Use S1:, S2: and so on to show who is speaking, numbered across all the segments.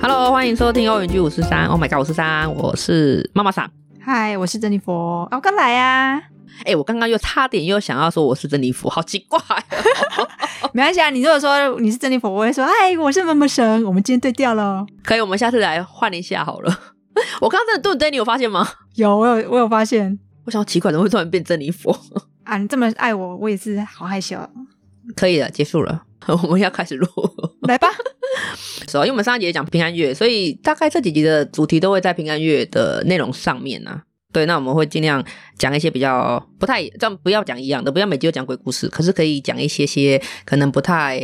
S1: Hello，欢迎收听欧元居五十三。Oh my god，五十三，我是妈妈桑。
S2: 嗨，我是珍妮佛，
S1: 哦
S2: 啊我刚来啊，
S1: 哎、我刚刚又差点又想要说我是珍妮芙，好奇怪、哦
S2: 没关系啊。你如果说你是珍妮佛，我会说嗨，我是妈妈神，我们今天对调喽。
S1: 可以，我们下次来换一下好了。 我刚刚真的顿 d 你有发现吗？
S2: 有，我有，我有发现
S1: 我想奇怪，怎么会突然变珍妮芙？
S2: 啊，你这么爱我，我也是好 害羞。
S1: 可以了，结束了， 我们要开始录。
S2: 来吧，
S1: 是啊，因为我们上一集也讲平安月，所以大概这几集的主题都会在平安月的内容上面啊。对，那我们会尽量讲一些比较不太这样，不要讲一样的，不要每集都讲鬼故事，可是可以讲一些些可能不太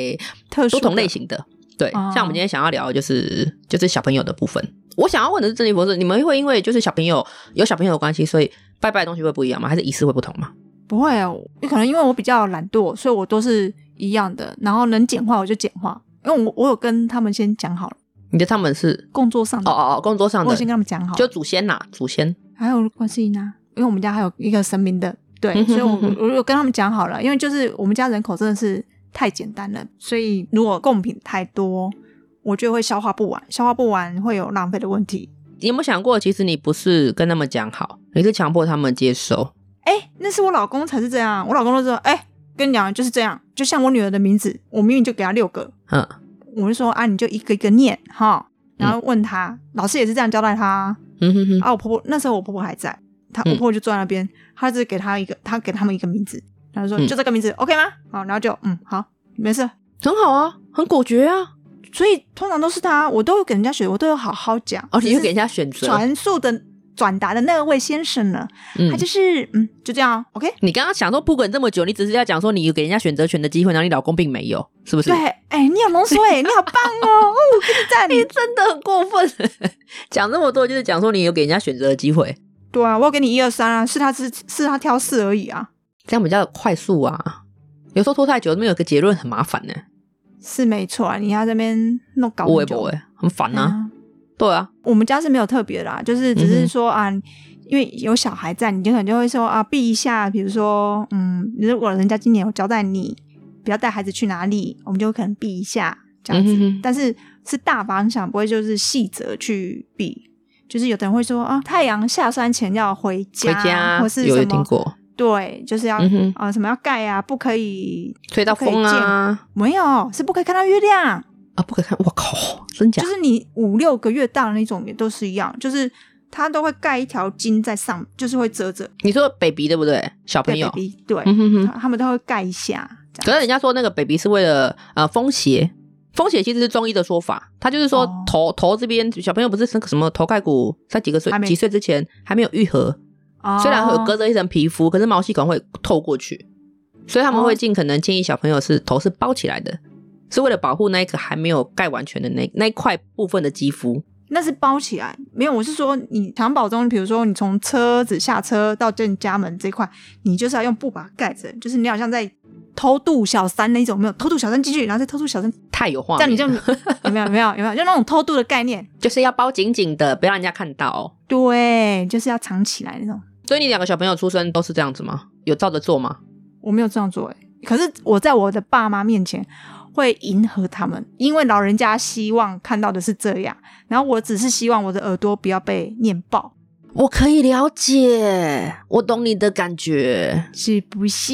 S2: 特殊
S1: 不
S2: 的
S1: 同类型的。对，
S2: 哦
S1: 像我们今天想要聊的就是就是小朋友的部分。我想要问的是，郑立博士，你们会因为就是小朋友有小朋友的关系，所以拜拜的东西会不一样吗？还是仪式会不同吗？
S2: 不会啊，我可能因为我比较懒惰，所以我都是一样的，然后能简化我就简化，因为我我有跟他们先讲好了，
S1: 你的他们是
S2: 工作上的，
S1: 哦哦哦，工作上
S2: 嗯我
S1: 的
S2: 有先跟他们讲好了，
S1: 就祖先呐、祖先
S2: 还有观世音啊，因为我们家还有一个神明的，对，
S1: 嗯哼
S2: 所以我
S1: 嗯哼
S2: 我有跟他们讲好了，因为就是我们家人口真的是太简单了，所以如果贡品太多，我就会消化不完，消化不完会有浪费的问题。
S1: 你有没有想过，其实你不是跟他们讲好，你是强迫他们接受？
S2: 哎、那是我老公才是这样，我老公都说，哎、跟你讲就是这样，就像我女儿的名字，我明明就给她六个，
S1: 嗯，
S2: 我就说啊，你就一个一个念哈，然后问她，老师也是这样交代她，
S1: 嗯哼哼，
S2: 啊，我婆婆那时候我婆婆还在，她
S1: 嗯
S2: 我婆婆就坐在那边，她只给她一个，她给他们一个名字，然后说、
S1: 嗯
S2: 就这个名字 OK 吗？好，然后就嗯好，没事。
S1: 很好啊，很果决啊，
S2: 所以通常都是她，啊我都有给人家选，我都有好好讲，
S1: 而且又
S2: 只
S1: 哦给人
S2: 是
S1: 家选择。
S2: 传述的转达的那位先生呢，
S1: 嗯
S2: 他，就是嗯就这样哦 OK。
S1: 你刚刚想说不滚这么久，你只是要讲说你有给人家选择权的机会，然后你老公并没有，是不是？
S2: 对，哎、你有浓缩哎，你好棒哦，哦，给你赞。
S1: 你真的很过分， 讲这么多就是讲说你有给人家选择的机会，
S2: 对啊，我有给你一二三啊，是他是是他挑四而已啊，
S1: 这样比较快速啊。有时候拖太久，没有个结论很麻烦呢、
S2: 是没错啊，你要这边弄搞
S1: 不会
S2: 很
S1: 不
S2: 久，
S1: 会，很烦啊。
S2: 嗯
S1: 对啊，
S2: 我们家是没有特别的、啊，就是
S1: 嗯
S2: 只
S1: 哼
S2: 是说啊，因为有小孩在，你就可能就会说啊，避一下，比如说，嗯，如果人家今年有交代你不要带孩子去哪里，我们就可能避一下这样子。
S1: 嗯哼哼
S2: 但是是大方向，不会就是细则去避。就是有的人会说啊，太阳下山前要回
S1: 回
S2: 家，
S1: 家
S2: 或是
S1: 有有
S2: 什
S1: 听
S2: 么
S1: 过，
S2: 对，就是要、
S1: 嗯哼，
S2: 啊什么要盖啊，不可以，
S1: 吹到
S2: 不可以
S1: 风
S2: 见
S1: 啊
S2: 没有是不可以看到月亮。
S1: 啊，不可以看，我靠，真假
S2: 就？是你五六个月大的那种也都是一样，就是它都会盖一条巾在上，就是会遮着
S1: 你说 baby 对不对？小朋
S2: 对
S1: 友，
S2: baby，对，
S1: 嗯哼哼。
S2: 他们都会盖一下。这
S1: 可
S2: 样
S1: 是人家说那个 baby 是为了呃风邪，风邪其实是中医的说法，他就是说
S2: 哦
S1: 头、头这边小朋友不是那个什么头盖骨在几个岁
S2: 还没
S1: 几岁之前还没有愈合，
S2: 哦
S1: 虽然会有隔着一层皮肤，可是毛细孔会透过去，所以他们
S2: 哦
S1: 会尽可能建议小朋友是头是包起来的，是为了保护那一个还没有盖完全的那那一块部分的肌肤。
S2: 那是包起来，没有，我是说你襁褓中，比如说你从车子下车到进家门这块，你就是要用布把它盖着，就是你好像在偷渡小三那种，没有偷渡小三进去，然后再偷渡小三，
S1: 太有画
S2: 这
S1: 面
S2: 样
S1: 了，
S2: 你就 有没有有没有有没有就那种偷渡的概念，
S1: 就是要包紧紧的，不要让人家看到、哦。
S2: 对，就是要藏起来那种。
S1: 所以你两个小朋友出生都是这样子吗？有照着做吗？
S2: 我没有这样做、欸，可是我在我的爸妈面前会迎合他们，因为老人家希望看到的是这样，然后我只是希望我的耳朵不要被念爆，
S1: 我可以了解，我懂你的感觉。
S2: 是不是？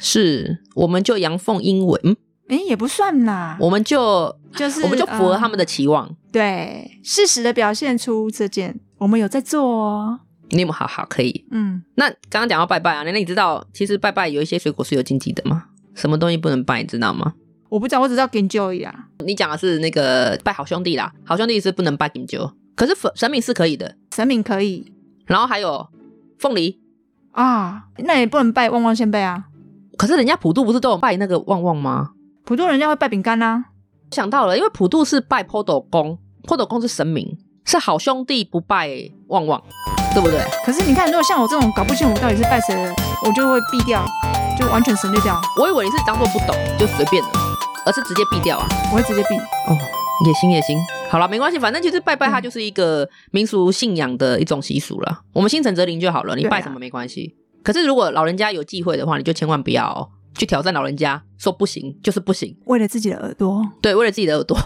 S1: 是，我们就阳奉阴违，嗯，
S2: 哎、也不算啦，
S1: 我们就
S2: 就是
S1: 我们就符合他们
S2: 的、
S1: 的期望。
S2: 对适时的表现出这件，我们有在做哦，
S1: 你们好好可以。
S2: 嗯，
S1: 那刚刚讲到拜拜啊，那你知道其实拜拜有一些水果是有禁忌的吗？什么东西不能拜，你知道吗？
S2: 我不知道，我只知道 g e n j o y 啊，
S1: 你讲的是那个拜好兄弟啦，好兄弟是不能拜金酒，可是粉神明是可以的。
S2: 神明可以
S1: 然后还有凤梨，
S2: 啊，那也不能拜旺旺先拜啊，
S1: 可是人家普渡不是都有拜那个旺旺吗？
S2: 普通人家会拜饼干啊啦，
S1: 想到了，因为普渡是拜坡斗公，坡斗公是神明，是好兄弟不拜旺旺，对不对？
S2: 可是你看，如果像我这种搞不清我到底是拜谁的，我就会避掉，就完全省略掉。
S1: 我以为你是当做不懂就随便了，而是直接避掉啊。
S2: 我会直接避。
S1: 哦，也行也行，好了，没关系，反正就是拜拜，它
S2: 嗯
S1: 就是一个民俗信仰的一种习俗了。我们心诚则灵就好了，你
S2: 对啊
S1: 拜什么没关系。可是如果老人家有忌讳的话，你就千万不要哦去挑战老人家，说不行就是不行。
S2: 为了自己的耳朵，
S1: 对，为了自己的耳朵，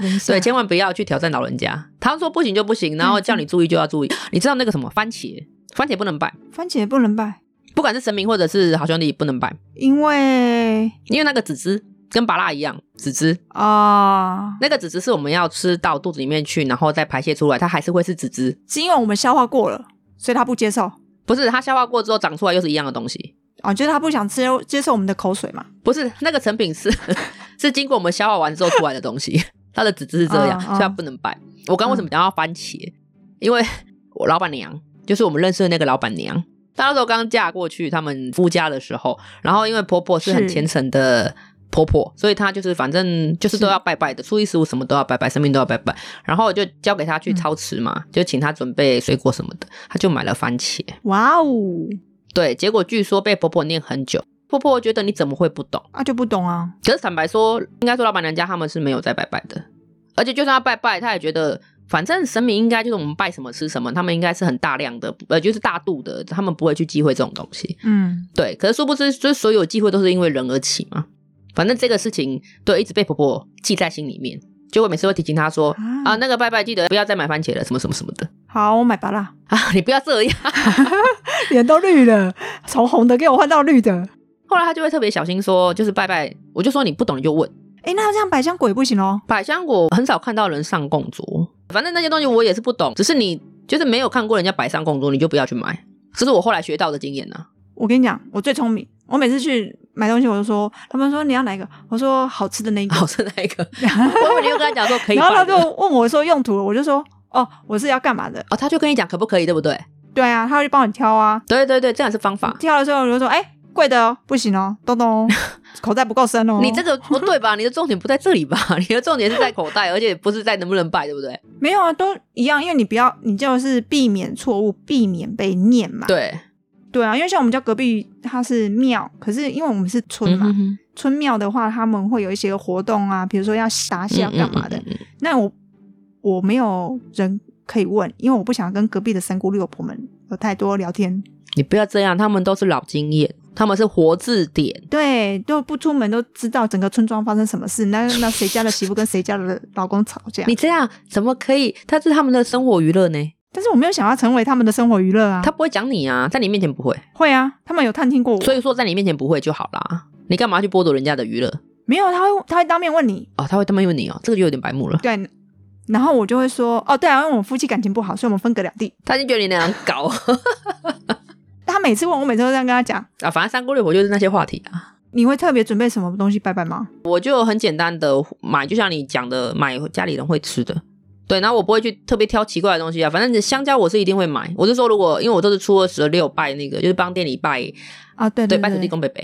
S2: 人下
S1: 对，千万不要去挑战老人家。他说不行就不行，
S2: 嗯
S1: 然后叫你注意就要注意。你知道那个什么番茄，番茄不能拜，
S2: 番茄不能拜，
S1: 不管是神明或者是好兄弟不能拜，
S2: 因为
S1: 因为那个籽汁跟拔蜡一样，籽汁
S2: 啊、
S1: 那个籽汁是我们要吃到肚子里面去，然后再排泄出来，它还是会是籽汁，
S2: 是因为我们消化过了，所以他不接受
S1: 不是它消化过之后长出来又是一样的东西。
S2: 啊，就是他不想吃接受我们的口水嘛。
S1: 不是那个成品是 是经过我们消化完之后出来的东西，它的籽质是这样，
S2: 嗯嗯
S1: 所以它不能摆。我刚为什么讲到番茄？因为我老板娘就是我们认识的那个老板娘，她那时候刚嫁过去他们夫家的时候，然后因为婆婆是很
S2: 是
S1: 虔诚的。婆婆，所以她就是反正就是都要拜拜的，初一十五什么都要拜拜，生命都要拜拜。然后我就交给她去
S2: 嗯
S1: 超市嘛，就请她准备水果什么的，她就买了番茄。
S2: 哇哦，
S1: 对，结果据说被婆婆念很久，婆婆觉得你怎么会不懂？
S2: 啊就不懂啊，
S1: 可是坦白说，应该说老板娘家他们是没有在拜拜的，而且就算要拜拜，他也觉得反正神明应该就是我们拜什么吃什么，他们应该是很大量的，呃，就是大度的，他们不会去忌讳这种东西。
S2: 嗯，
S1: 对，可是殊不知，就是所有忌讳都是因为人而起嘛。反正这个事情，对，一直被婆婆记在心里面，结果每次会提醒她说
S2: 啊
S1: 啊，那个拜拜记得不要再买番茄了，什么什么什么的
S2: 好，我买芭乐，
S1: 啊，你不要这样。
S2: 脸都绿了，从红的给我换到绿的。
S1: 后来她就会特别小心说，就是拜拜，我就说你不懂你就问。
S2: 哎、那这样百香果也不行哦。
S1: 百香果很少看到人上供桌，反正那些东西我也是不懂，只是你就是没有看过人家摆上供桌，你就不要去买。这是我后来学到的经验啊呢、
S2: 我跟你讲，我最聪明，我每次去买东西，我就说，他们说你要哪一个，我说好吃的那一 个，
S1: 好是哪一个？我以为你又跟他讲哦说可以
S2: 然
S1: 放
S2: 后
S1: 的，
S2: 他就问我说用途，我就说哦，我是要干嘛的？
S1: 哦，他就跟你讲可不可以，对不对？
S2: 对啊，他会帮你挑啊，
S1: 对对对，这样是方法。
S2: 挑的时候我就说，哎、贵的哦，不行哦，东东哦口袋不够深哦。
S1: 你这个不对吧？你的重点不在这里吧？ 你的重点是在口袋，而且不是在能不能拜，对不对？
S2: 没有啊，都一样，因为你不要，你就是避免错误，避免被念嘛。
S1: 对，
S2: 对啊，因为像我们家隔壁它是庙，可是因为我们是村
S1: 嗯
S2: 嘛，
S1: 哼哼
S2: 村庙的话，他们会有一些活动啊，比如说要答谢要干嘛的。
S1: 嗯嗯嗯嗯
S2: 那我我没有人可以问，因为我不想跟隔壁的三姑六婆们有太多聊天。
S1: 你不要这样，他们都是老经验，他们是活字典。
S2: 对，都不出门都知道整个村庄发生什么事。那那谁家的媳妇跟谁家的老公吵架？
S1: 啊你这样怎么可以？他是他们的生活娱乐呢，
S2: 但是我没有想要成为他们的生活娱乐啊。
S1: 他不会讲你啊，在你面前不会。
S2: 会啊，他们有探听过我，
S1: 所以说，在你面前不会就好啦。你干嘛去剥夺人家的娱乐？
S2: 没有？他会他会当面问你，
S1: 哦，他会这么问你哦，这个就有点白目了。
S2: 对，然后我就会说，哦，对啊，因为我们夫妻感情不好，所以我们分隔两地。
S1: 他就觉得你那样搞
S2: 他每次问我，每次都这样跟他讲，
S1: 啊，反正三姑六婆就是那些话题啊。
S2: 你会特别准备什么东西拜拜吗？
S1: 我就很简单的买，就像你讲的，买家里人会吃的。对，然后我不会去特别挑奇怪的东西啊，反正香蕉我是一定会买。我是说，如果因为我都是初二十六拜那个，就是帮店里拜，
S2: 啊，对
S1: 对，
S2: 对
S1: 拜土地公伯伯。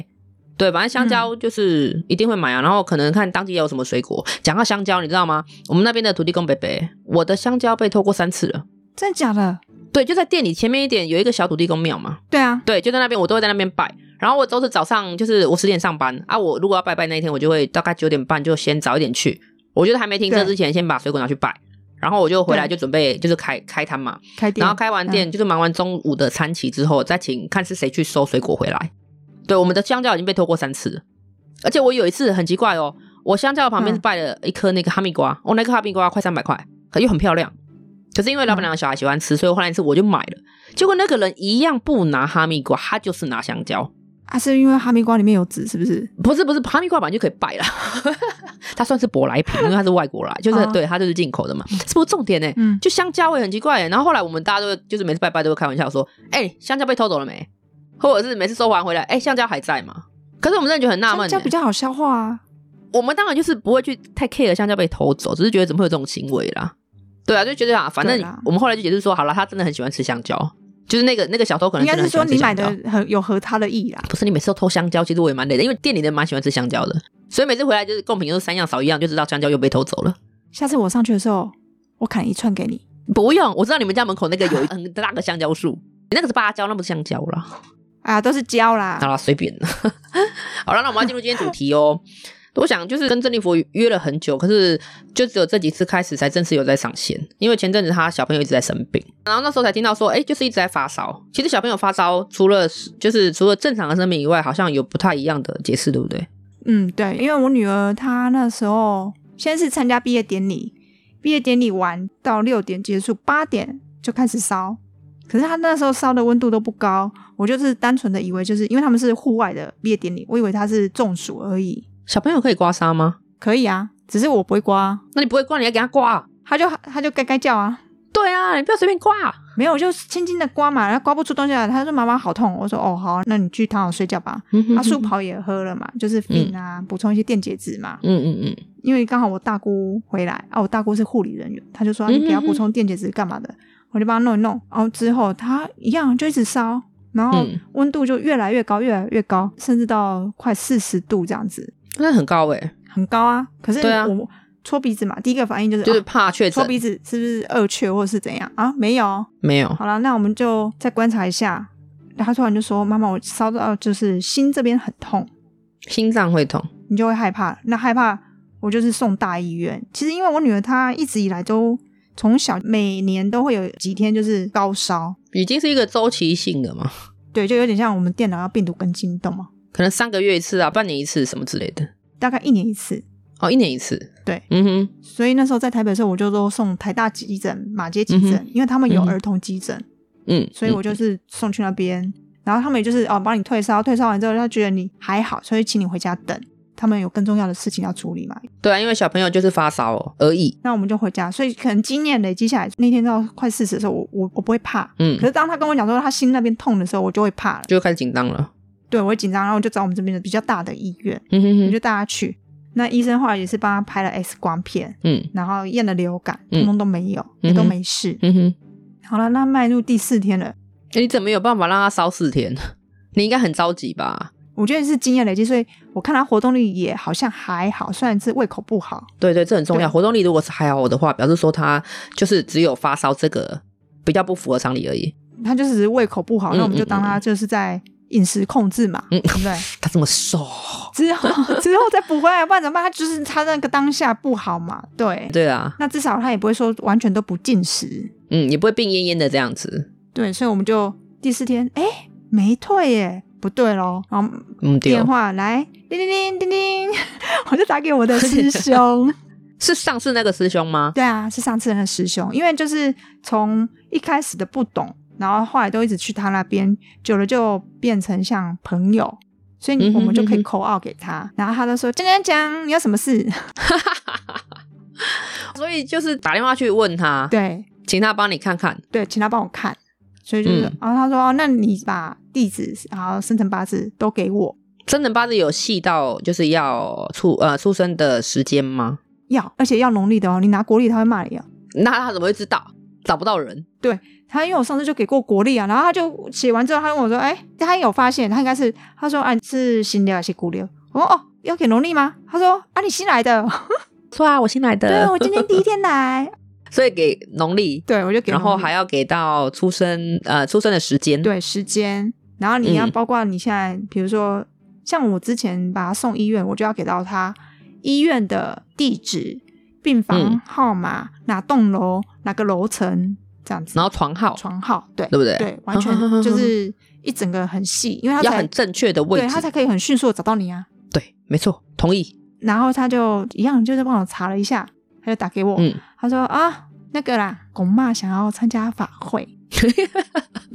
S1: 对，反正香蕉就是一定会买啊，然后可能看当地有什么水果。讲到香蕉，你知道吗？我们那边的土地公伯伯，我的香蕉被偷过三次了。
S2: 真的假的？
S1: 对，就在店里前面一点有一个小土地公庙嘛，
S2: 对啊，
S1: 对，就在那边，我都会在那边拜。然后我都是早上，就是我十点上班啊，我如果要拜拜那一天，我就会大概九点半就先早一点去。我觉得还没停车
S2: 对
S1: 之前，先把水果拿去拜，然后我就回来
S2: 对
S1: 就准备就是开开摊嘛。
S2: 开店，嗯
S1: 然后开完店，就是忙完中午的餐期之后，再请看是谁去收水果回来。对，我们的香蕉已经被偷过三次了，而且我有一次很奇怪哦，我香蕉旁边
S2: 嗯
S1: 是拜了一颗那个哈密瓜，哦，那颗哈密瓜快三百块，可又很漂亮。可是因为老板娘的小孩喜欢吃，所以我后来一次我就买了。结果那个人一样不拿哈密瓜，他就是拿香蕉。
S2: 啊，是因为哈密瓜里面有籽，是不是？
S1: 不是不是，哈密瓜本来就可以拜 啦，它算是舶来品，因为它是外国来，就是、
S2: 哦
S1: 对，它就是进口的嘛，是不是重点呢、
S2: 嗯
S1: 就香蕉也很奇怪耶。然后后来我们大家都会，就是每次拜拜都会开玩笑说，哎、香蕉被偷走了没？或者是每次收完回来，哎、香蕉还在吗？可是我们真的觉得很纳闷
S2: 香
S1: 耶、
S2: 蕉比较好消化啊。
S1: 我们当然就是不会去太 care 香蕉被偷走，只是觉得怎么会有这种行为啦？对啊，就觉得啊，反正
S2: 对啦
S1: 我们后来就解释说，好了，他真的很喜欢吃香蕉，就是那个那个小偷可能
S2: 应该
S1: 真的
S2: 是
S1: 很喜
S2: 说
S1: 欢吃
S2: 你买
S1: 香蕉
S2: 的很有合他的意啦。
S1: 不是你每次都偷香蕉，其实我也蛮累的，因为店里的蛮喜欢吃香蕉的，所以每次回来就是贡品都是三样少一样，就知道香蕉又被偷走了。
S2: 下次我上去的时候，我砍一串给你。
S1: 不用，我知道你们家门口那个有一很大个香蕉树，你那个是芭蕉，那不是香蕉啦。
S2: 啊，都是胶啦
S1: 好。啦，随便。 好了，那我们要进入今天主题哦。我想就是跟郑立佛约了很久，可是就只有这几次开始才正式有在上线，因为前阵子他小朋友一直在生病，然后那时候才听到说，哎，就是一直在发烧。其实小朋友发烧，除了就是除了正常的生病以外，好像有不太一样的解释，对不对？
S2: 嗯，对，因为我女儿她那时候先是参加毕业典礼，毕业典礼完到六点结束，八点就开始烧。可是他那时候烧的温度都不高，我就是单纯的以为，就是因为他们是户外的毕业典礼，我以为他是中暑而已。
S1: 小朋友可以刮痧吗？
S2: 可以啊，只是我不会刮啊，
S1: 那你不会刮，你要给他刮啊。
S2: 他就他就该该叫啊，
S1: 对啊，你不要随便刮啊。
S2: 没有我就轻轻的刮嘛，然后刮不出东西来。他说妈妈好痛，我说哦好，那你去躺好睡觉吧。啊，
S1: 是
S2: 素跑也喝了嘛，就是粉啊，补充一些电解质嘛。
S1: 嗯嗯嗯，
S2: 因为刚好我大姑回来啊，我大姑是护理人员，她就说、啊你给她
S1: 嗯哼哼
S2: 补充电解质干嘛的，我就帮她弄一弄。然后之后她一样就一直烧，然后
S1: 嗯
S2: 温度就越来越高，越来越高，甚至到快四十度这样子，
S1: 那很高哎、
S2: 很高啊。可是
S1: 对啊
S2: 我戳鼻子嘛，第一个反应就是
S1: 就是
S2: 啊
S1: 怕确
S2: 戳
S1: 诊
S2: 鼻子是不是恶缺或是怎样啊？没有，
S1: 没有。
S2: 好了，那我们就再观察一下。然后他突然就说：“妈妈，我烧到就是心这边很痛。”
S1: 心脏会痛。
S2: 你就会害怕。那害怕，我就是送大医院。其实因为我女儿她一直以来都从小每年都会有几天就是高烧，
S1: 已经是一个周期性的嘛，
S2: 对，就有点像我们电脑要病毒更新，你懂吗？
S1: 可能三个月一次啊，半年一次什么之类的，
S2: 大概一年一次。
S1: 哦，一年一次。
S2: 对，
S1: 嗯哼，
S2: 所以那时候在台北的时候，我就都送台大急诊、马街急诊，
S1: 嗯
S2: 因为他们有
S1: 嗯哼
S2: 儿童急诊，
S1: 嗯，
S2: 所以我就是送去那边。然后他们也就是哦，帮你退烧，退烧完之后，他觉得你还好，所以请你回家等。他们有更重要的事情要处理嘛，
S1: 嗯对啊，因为小朋友就是发烧哦而已。
S2: 那我们就回家。所以可能经验累积下来，那天到快四十的时候，我我我不会怕，
S1: 嗯
S2: 可，是当他跟我讲说他心那边痛的时候，我就会怕了，
S1: 就开始紧张了。
S2: 对我会紧张，然后我就找我们这边的比较大的医院，
S1: 嗯哼
S2: 我
S1: 哼，
S2: 就带他去。那医生后来也是帮他拍了 X 光片，
S1: 嗯
S2: 然后验了流感，
S1: 嗯
S2: 通通都没有，也都没事。
S1: 嗯哼，
S2: 好了，那迈入第四天了，
S1: 诶你怎么有办法让他烧四天？ 你应该很着急吧？
S2: 我觉得是经验累积，所以我看他活动力也好像还好，虽然是胃口不好，
S1: 对对，这很重要。
S2: 对
S1: 活动力如果是还好的话，表示说他就是只有发烧这个比较不符合常理而已。
S2: 他就只是胃口不好，
S1: 嗯
S2: 那我们就当他就是在饮食控制嘛，
S1: 嗯
S2: 对不对？
S1: 他这么瘦，
S2: 之后之后再补回来，不然怎么办？他就是他那个当下不好嘛，对。
S1: 对啊，
S2: 那至少他也不会说完全都不进食，
S1: 嗯，也不会病恹恹的这样子。
S2: 对，所以我们就第四天，哎、没退耶，不对喽。然后
S1: 嗯，对
S2: 电
S1: 哦，
S2: 话来，叮叮叮叮叮，我就打给我的师兄。
S1: 是上次那个师兄吗？
S2: 对啊，是上次那个师兄，因为就是从一开始的不懂，然后后来都一直去他那边，久了就变成像朋友。所以
S1: 嗯哼
S2: 我们就可以
S1: 嗯
S2: 口 out 给他，然后他就说：“讲讲讲，你有什么事
S1: 所以就是打电话去问？”他，
S2: 对
S1: 请他帮你看看。
S2: 对，请他帮我看。所以就是，
S1: 嗯
S2: 然后他说：“哦，那你把地址，然后生辰八字都给我，
S1: 真人八字有细到就是要出呃出生的时间吗？
S2: 要，而且要农历的哦，你拿国历他会骂你哦。
S1: 那他怎么会知道？找不到人，
S2: 他因为我上次就给过国历啊，然后他就写完之后，他问我说：“哎、他有发现，他应该是他说啊你是新历还是古历？”我说：“哦，要给农历吗？”他说：“啊，你新来的，
S1: 说啊，我新来
S2: 对
S1: 的，
S2: 我今天第一天来。
S1: 所以给农历”，
S2: 对，我就给农
S1: 然
S2: 历，
S1: 后还要给到出生呃出生的时间，，
S2: 对时间，然后你要
S1: 嗯
S2: 包括你现在，比如说像我之前把他送医院，我就要给到他医院的地址、病房
S1: 嗯
S2: 号码、哪栋楼、哪个楼层这样子，
S1: 然后床号，
S2: 床号，对
S1: 对不对？
S2: 对，完全就是一整个很细，因为他
S1: 要
S2: 才
S1: 很正确的位
S2: 对
S1: 置
S2: 他，才可以很迅速的找到你啊。
S1: 对，没错，同意，
S2: 然后他就一样，就是帮我查了一下，他就打给我，
S1: 嗯，
S2: 他说啊，那个啦，龚妈想要参加法 会，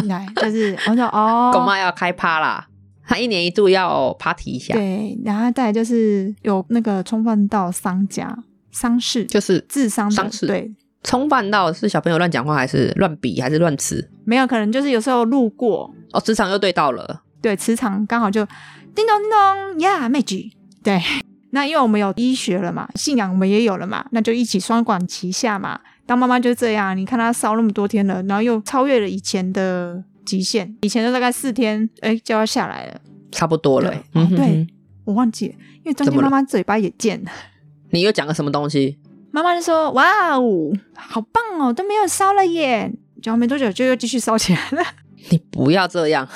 S2: 来，就是我说哦，
S1: 狗妈要开趴啦，她一年一度要 party 一下，
S2: 对，然后再来就是有那个冲犯到商家丧事，
S1: 就是
S2: 智商的
S1: 丧事
S2: 对，
S1: 冲犯到是小朋友乱讲话还是乱比还是乱吃，
S2: 没有可能就是有时候路过，
S1: 哦，职场又对到了，
S2: 对，磁场刚好就叮咚叮咚呀，magic。对， 那因为我们有医学了嘛，信仰我们也有了嘛，那就一起双管齐下嘛。当妈妈就这样，你看她烧那么多天了，然后又超越了以前的极限，以前都大概四天，哎，就要下来了。
S1: 差不多了
S2: 对，
S1: 嗯哼
S2: 哦对
S1: 哼，
S2: 我忘记了，因为中
S1: 怎
S2: 间
S1: 么
S2: 妈
S1: 了
S2: 妈嘴巴也贱，
S1: 你又讲了什么东西？
S2: 妈妈就说：“哇哦，好棒哦，都没有烧了耶。”然后没多久就又继续烧起来了，
S1: 你不要这样。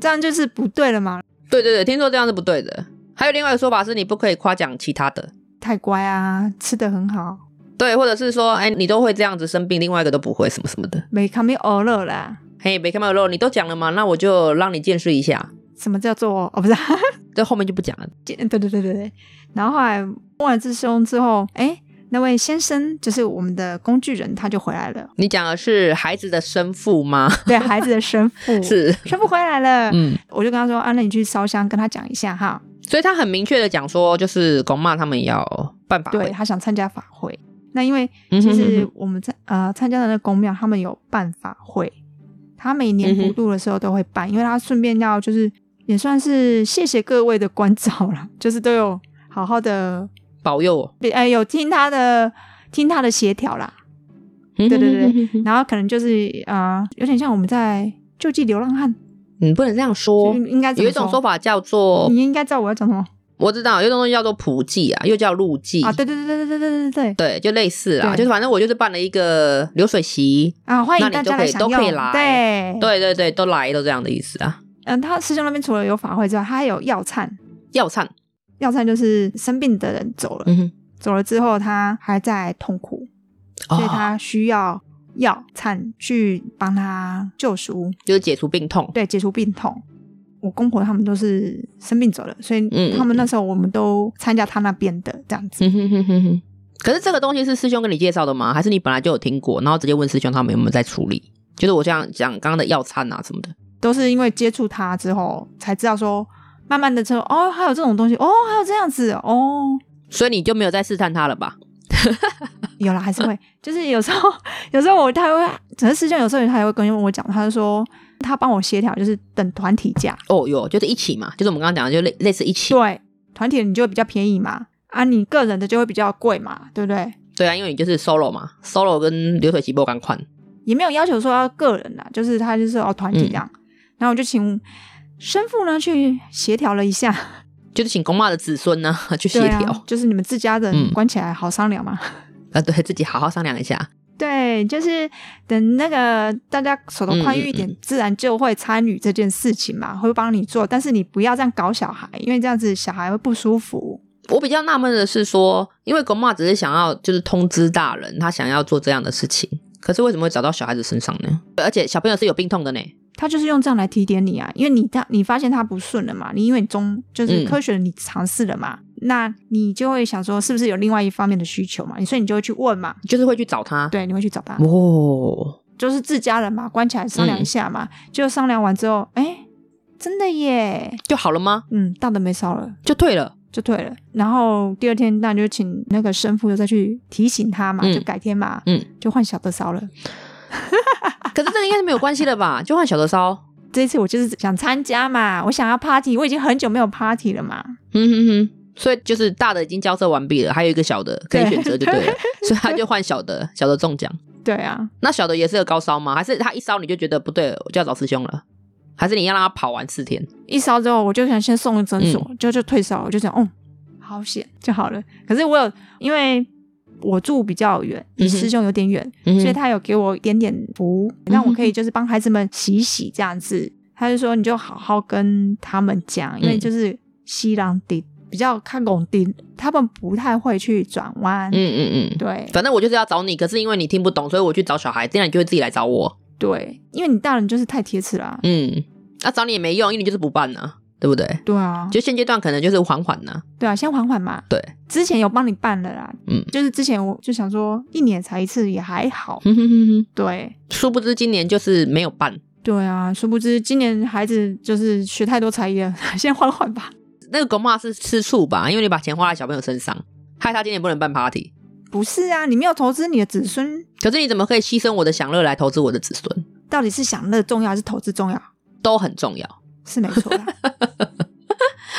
S2: 这样就是不对了嘛，
S1: 对对对，听说这样是不对的。还有另外一个说法是，你不可以夸奖其他的，
S2: 太乖啊，吃的很好，
S1: 对，或者是说，哎，你都会这样子生病，另外一个都不会，什么什么的。
S2: 没卡没偶了啦。
S1: 嘿，没看到肉，你都讲了嘛，那我就让你见识一下。
S2: 什么叫做哦？不是，
S1: 这后面就不讲了。
S2: 对对对对对。然后后来忘了自凶之后，哎，那位先生就是我们的工具人，他就回来了，
S1: 你讲的是孩子的生父吗？
S2: 对孩子的生父
S1: 是，
S2: 生父回来了，
S1: 嗯，
S2: 我就跟他说啊，那你去烧香跟他讲一下哈，
S1: 所以他很明确的讲说，就是公妈他们要办法
S2: 对
S1: 会，
S2: 他想参加法会。那因为
S1: 嗯
S2: 其
S1: 哼哼
S2: 实
S1: 哼
S2: 我们在呃参加的那个公庙，他们有办法会，他每年
S1: 嗯
S2: 普
S1: 哼
S2: 渡的时候都会办，因为他顺便要就是也算是谢谢各位的关照了，就是都有好好的
S1: 保佑我。
S2: 哎有听他的听他的协调啦，
S1: 对
S2: 对嗯对
S1: 对，
S2: 然后可能就是啊、呃有点像我们在救济流浪汉，
S1: 你嗯不能这样说
S2: 就。是应该怎
S1: 有
S2: 么
S1: 一种说法叫做，
S2: 你应该知道我要讲什么
S1: 我知道，有一种东西叫做普济啊，又叫路祭
S2: 啊？对对对对对对对对对
S1: 对，就类似啦，
S2: 对
S1: 就是反正我就是办了一个流水席，
S2: 啊！欢
S1: 那
S2: 迎
S1: 你
S2: 大
S1: 都
S2: 家
S1: 可
S2: 来
S1: 以
S2: 享
S1: 都
S2: 用，
S1: 可以来
S2: 对
S1: 对对对，都来都这样的意思啊。
S2: 嗯，他师兄那边除了有法会之外，他还有药忏。
S1: 药忏，
S2: 药膳就是生病的人走了，
S1: 嗯哼，
S2: 走了之后他还在痛苦，所以
S1: 哦、
S2: 他需要药膳去帮他救赎，
S1: 就是解除病痛。
S2: 对，解除病痛。我公婆他们都是生病走了，所
S1: 嗯
S2: 以他们那时候我们都参加他那边的这样子。
S1: 嗯哼哼哼哼。可是这个东西是师兄跟你介绍的吗？还是你本来就有听过，然后直接问师兄他们有没有在处理？就是我这样讲刚刚的药餐啊什么的，
S2: 都是因为接触他之后才知道说，慢慢的之后哦，还有这种东西哦，还有这样子哦，
S1: 所以你就没有再试探他了吧？
S2: 有啦，还是会，就是有时候，有时候我他会，只是师兄有时候他也会跟我讲，他就说他帮我协调，就是等团体价，
S1: 哦哟，就是一起嘛，就是我们刚刚讲的，就类类似一起。
S2: 对，团体你就会比较便宜嘛，啊，你个人的就会比较贵嘛，对不对？
S1: 对啊，因为你就是 solo 嘛，solo 跟流水席不干款。
S2: 也没有要求说要个人啦，就是他就是哦团体这样，
S1: 嗯
S2: 然后我就请生父呢去协调了一下，
S1: 就是请公妈的子孙呢 去协
S2: 对
S1: 调
S2: 啊，就是你们自家人
S1: 嗯
S2: 关起来好商量嘛。
S1: 啊，对自己好好商量一下。
S2: 对，就是等那个大家手头宽裕一点，
S1: 嗯
S2: 自然就会参与这件事情嘛，会帮你做。但是你不要这样搞小孩，因为这样子小孩会不舒服。
S1: 我比较纳闷的是说，因为公妈只是想要就是通知大人，她想要做这样的事情，可是为什么会找到小孩子身上呢？而且小朋友是有病痛的呢。
S2: 他就是用这样来提点你啊，因为你他你发现他不顺了嘛，你因为你中就是
S1: 嗯
S2: 科学你尝试了嘛，那你就会想说是不是有另外一方面的需求嘛，所以你就会去问嘛，
S1: 就是会去找他。，
S2: 对，啊你会去找他，
S1: 哦，
S2: 就是自家人嘛，关起来
S1: 嗯
S2: 商量一下嘛，就商量完之后，哎，真的耶，
S1: 就好了吗？
S2: 嗯，大的没少了。
S1: 就退了。
S2: 就退了。然后第二天，那就请那个生父又再去提醒他嘛，
S1: 嗯
S2: 就改天嘛，
S1: 嗯，
S2: 就换小的烧了。啊
S1: 可是这个应该是没有关系的吧？就换小的烧。
S2: 这一次我就是想参加嘛，我想要 party，我已经很久没有 party 了嘛。
S1: 嗯哼哼。所以就是大的已经交涉完毕了，还有一个小的可以
S2: 对
S1: 选择就对了， 所以他就换小的，小的中奖。
S2: 对啊，
S1: 那小的也是有高烧吗？还是他一烧你就觉得不对，我就要找师兄了？还是你要让他跑完四天？
S2: 一烧之后我就想先送诊所，
S1: 嗯
S2: 就就退烧，我就想，哦，好险就好了。可是我有因为。我住比较远，离
S1: 嗯哼
S2: 师兄有点远，
S1: 嗯哼
S2: 所以他有给我一点点服务，让我可以
S1: 嗯
S2: 就是帮孩子们洗一洗这样子。他就说你就好好跟他们讲，因为
S1: 嗯
S2: 就是西郎丁比较看拱丁，他们不太会去转弯。
S1: 嗯嗯嗯，
S2: 对
S1: 反正我就是要找你，可是因为你听不懂，所以我去找小孩，这样你就会自己来找我。
S2: 对，因为你大人就是太贴啊齿啦。
S1: 嗯，那、找你也没用，因为你就是不办呢、对不对？
S2: 对啊，
S1: 就现阶段可能就是缓缓呢、
S2: 对啊，先缓缓嘛。
S1: 对，
S2: 之前有帮你办了啦，
S1: 嗯
S2: 就是之前我就想说一年才一次也还好。
S1: 哼哼哼哼，
S2: 对
S1: 殊不知今年就是没有办。
S2: 对啊，殊不知今年孩子就是学太多才艺了， 先缓缓吧。
S1: 那个公妈是吃醋吧？因为你把钱花在小朋友身上，害他今年不能办 party。
S2: 不是啊，你没有投资你的子孙，
S1: 可是你怎么可以牺牲我的享乐来投资我的子孙？
S2: 到底是享乐重要还是投资重要？
S1: 都很重要。
S2: 是没错啦。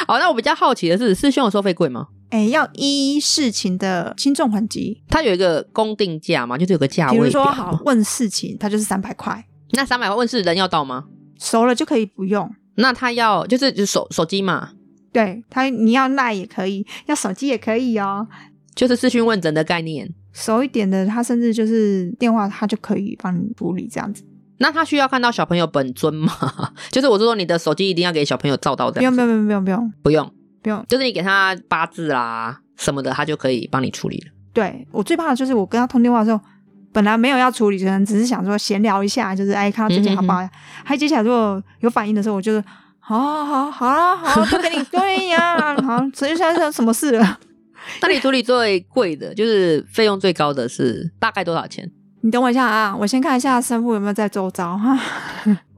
S1: 好，那我比较好奇的是，师兄有收费贵吗？
S2: 哎、要依事情的轻重缓急，
S1: 它有一个公定价吗？就是有个价
S2: 比如
S1: 位
S2: 说
S1: 表吗
S2: 好，问事情，它就是三百块，
S1: 那三百万是人要到吗？
S2: 熟了就可以不用。
S1: 那他要就是就是手手机嘛，
S2: 对他，你要赖也可以，要手机也可以哦。
S1: 就是视讯问诊的概念。
S2: 熟一点的，他甚至就是电话，他就可以帮你处理这样子。
S1: 那他需要看到小朋友本尊吗？ 就是我是说，你的手机一定要给小朋友照到
S2: 不
S1: 这
S2: 用，
S1: 样
S2: 不
S1: 子，
S2: 用，不用，不用，不用，
S1: 不用，
S2: 不用。
S1: 就是你给他八字啦什么的，他就可以帮你处理了。
S2: 对我最怕的就是我跟他通电话的时候，本来没有要处理，可能只是想说闲聊一下，就是哎看到最近好不好，还接下来如果有反应的时候，我就是啊、好好好好啊，好啊都给你对呀、好，所以现在是什么事了？
S1: 那你处理最贵的，就是费用最高的是大概多少钱？
S2: 你等我一下啊，我先看一下生父有没有在周遭哈。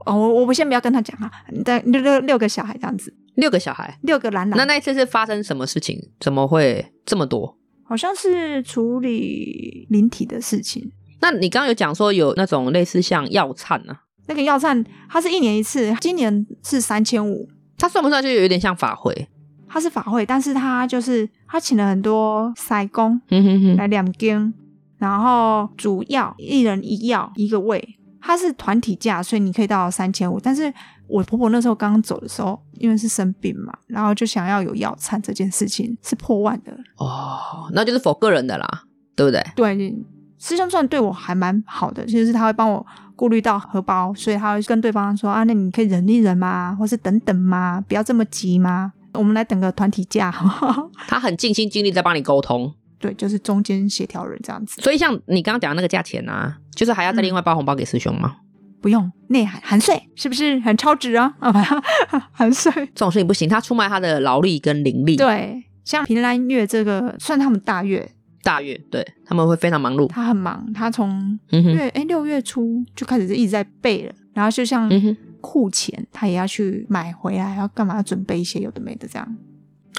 S2: 哦，我我先不要跟他讲啊，但六六六个小孩这样子，
S1: 六个小孩。
S2: 六个蓝
S1: 那
S2: 蓝，
S1: 那一次是发生什么事情？怎么会这么多？
S2: 好像是处理灵体的事情。
S1: 那你刚刚有讲说有那种类似像药膳啊，
S2: 那个药膳它是一年一次，今年是三千五，
S1: 它算不算就有点像法会？
S2: 它是法会，但是它就是它请了很多塞工
S1: 嗯哼哼，
S2: 来两间，然后主要一人一药一个位，它是团体价，所以你可以到三千五。但是我婆婆那时候刚走的时候，因为是生病嘛，然后就想要有药餐这件事情是破万的，
S1: 哦，那就是否个人的啦，对不对？
S2: 对。师兄算对我还蛮好的，就是他会帮我顾虑到荷包，所以他会跟对方说啊，那你可以忍一忍嘛，或是等等嘛，不要这么急嘛，我们来等个团体价，好不好？
S1: 他很尽心尽力在帮你沟通，
S2: 对，就是中间协调人这样子，
S1: 所以像你刚刚讲的那个价钱啊，就是还要再另外包红包给师兄
S2: 嗯
S1: 吗？
S2: 不用内涵含税，是不是很超值啊？ 含税，
S1: 这种事情不行，他出卖他的劳力跟灵力。，
S2: 对，像平安月这个算他们大月，
S1: 大月对他们会非常忙碌。
S2: 他很忙，他从
S1: 嗯哼，
S2: 月哎六月初就开始一直在背了，然后就像
S1: 嗯哼，
S2: 库钱，他也要去买回来，要干嘛要准备一些有的没的这样，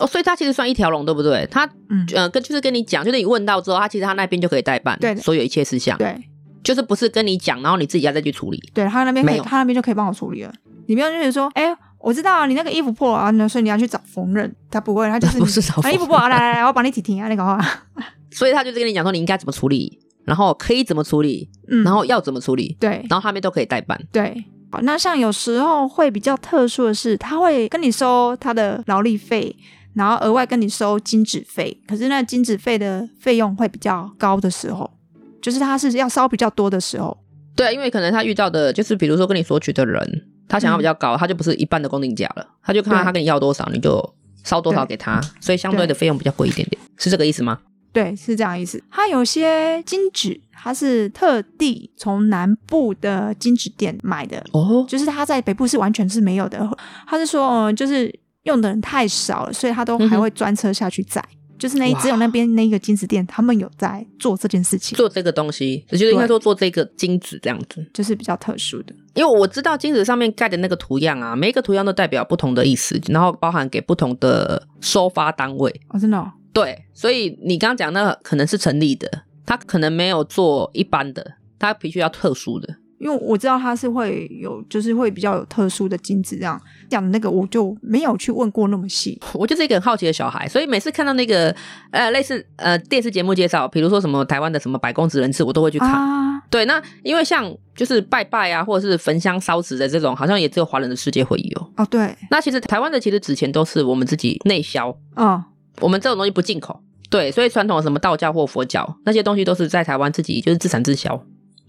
S1: 哦，所以他其实算一条龙，对不对？他
S2: 嗯，
S1: 呃，跟就是跟你讲，就是你问到之后，他其实他那边就可以代办
S2: 对的
S1: 所有一切事项，
S2: 对
S1: 就是不是跟你讲，然后你自己要再去处理。
S2: 对，他那边可
S1: 没
S2: 以，
S1: 有
S2: 他那边就可以帮我处理了，你不要就是说哎。我知道你那个衣服破了啊，那所以你要去找缝纫。他不会，他就是
S1: 不是找
S2: 啊，衣服
S1: 缝
S2: 破了，来来来，我帮你提提啊，那个话。
S1: 所以他就是跟你讲说你应该怎么处理，然后可以怎么处理，
S2: 嗯，
S1: 然后要怎么处理，
S2: 对
S1: 然后他们都可以代办。
S2: 对。好，那像有时候会比较特殊的是，他会跟你收他的劳力费，然后额外跟你收金纸费。可是那金纸费的费用会比较高的时候，就是他是要烧比较多的时候。
S1: 对，因为可能他遇到的就是比如说跟你索取的人，他想要比较高，他就不是一半的公定价了，他就看到
S2: 嗯对
S1: 他跟你要多少，你就烧多少
S2: 对
S1: 给他，所以相对的费用比较贵一点点，是这个意思吗？
S2: 对，是这样意思。它有些金纸，它是特地从南部的金纸店买的，
S1: 哦，
S2: 就是他在北部是完全是没有的。他是说，嗯，就是用的人太少了，所以他都还会专车下去载。就是那一
S1: 哇
S2: 只有那边那一个金子店，他们有在做这件事情，
S1: 做这个东西，我觉得应该
S2: 对
S1: 说做这个金子这样子，
S2: 就是比较特殊的。
S1: 因为我知道金子上面盖的那个图样啊，每一个图样都代表不同的意思，然后包含给不同的收发单位。
S2: 哦，真的、哦，
S1: 对，所以你刚刚讲那可能是成立的，他可能没有做一般的，他必须要特殊的。
S2: 因为我知道他是会有，就是会比较有特殊的金子这样讲的那个，我就没有去问过那么细。
S1: 我就是一个很好奇的小孩，所以每次看到那个呃类似呃电视节目介绍，比如说什么台湾的什么百公子人次，我都会去看。
S2: 啊，
S1: 对，那因为像就是拜拜啊，或者是焚香烧纸的这种，好像也只有华人的世界会有。
S2: 哦，对，
S1: 那其实台湾的其实纸钱都是我们自己内销，
S2: 嗯，
S1: 我们这种东西不进口。对，所以传统的什么道教或佛教那些东西都是在台湾自己就是自产自销。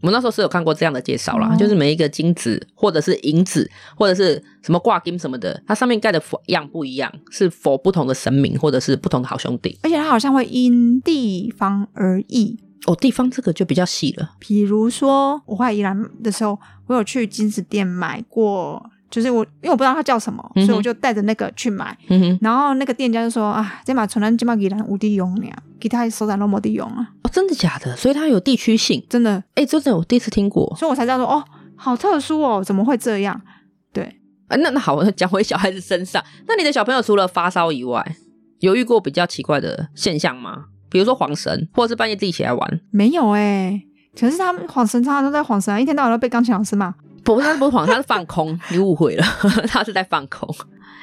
S1: 我那时候是有看过这样的介绍啦，
S2: 哦
S1: 就是每一个金子或者是银子或者是什么挂金什么的，它上面盖的佛样不一样，是佛不同的神明或者是不同的好兄弟。
S2: 而且他好像会因地方而异。
S1: 哦，地方这个就比较细了。
S2: 比如说，我回来宜兰的时候，我有去金子店买过，就是我因为我不知道它叫什么，
S1: 嗯哼
S2: 所以我就带着那个去买。
S1: 嗯哼，
S2: 然后那个店家就说：“啊，这把纯咱这把宜兰无地用了，其他手展都没地用啊，
S1: 哦，真的假的？所以它有地区性。
S2: 真的。
S1: 哎，这的我第一次听”过。
S2: 所以我才知道说：“哦，好特殊哦，怎么会这样
S1: 啊，那那好， 那讲回小孩子身上，那你的小朋友除了发烧以外，有遇过比较奇怪的现象吗？比如说晃神，或者是半夜自己起来玩？？”
S2: 没有哎、可是他们晃神，他都在晃神啊，一天到晚都被钢琴老师骂。
S1: 不是，他不是晃，他是放空。你误会了， 他是在放空。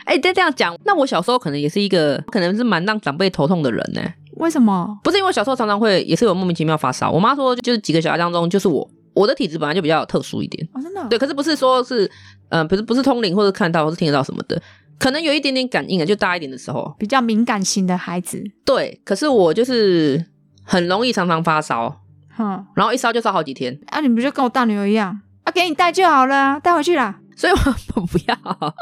S1: 哎、再这样讲，那我小时候可能也是一个，可能是蛮让长辈头痛的人呢、
S2: 为什么？
S1: 不是因为我小时候常常会，也是有莫名其妙发烧。我妈说，就是几个小孩当中，就是我，我的体质本来就比较特殊一点。
S2: 哦，真的。
S1: 对，可是不是说是，呃，不是不是通灵或者看到或是听得到什么的，可能有一点点感应啊，就大一点的时候。
S2: 比较敏感型的孩子，
S1: 对，可是我就是很容易常常发烧，
S2: 哼，
S1: 然后一烧就烧好几天，
S2: 啊，你不就跟我大女儿一样啊？给你带就好了啊，带回去啦。
S1: 所以我不要。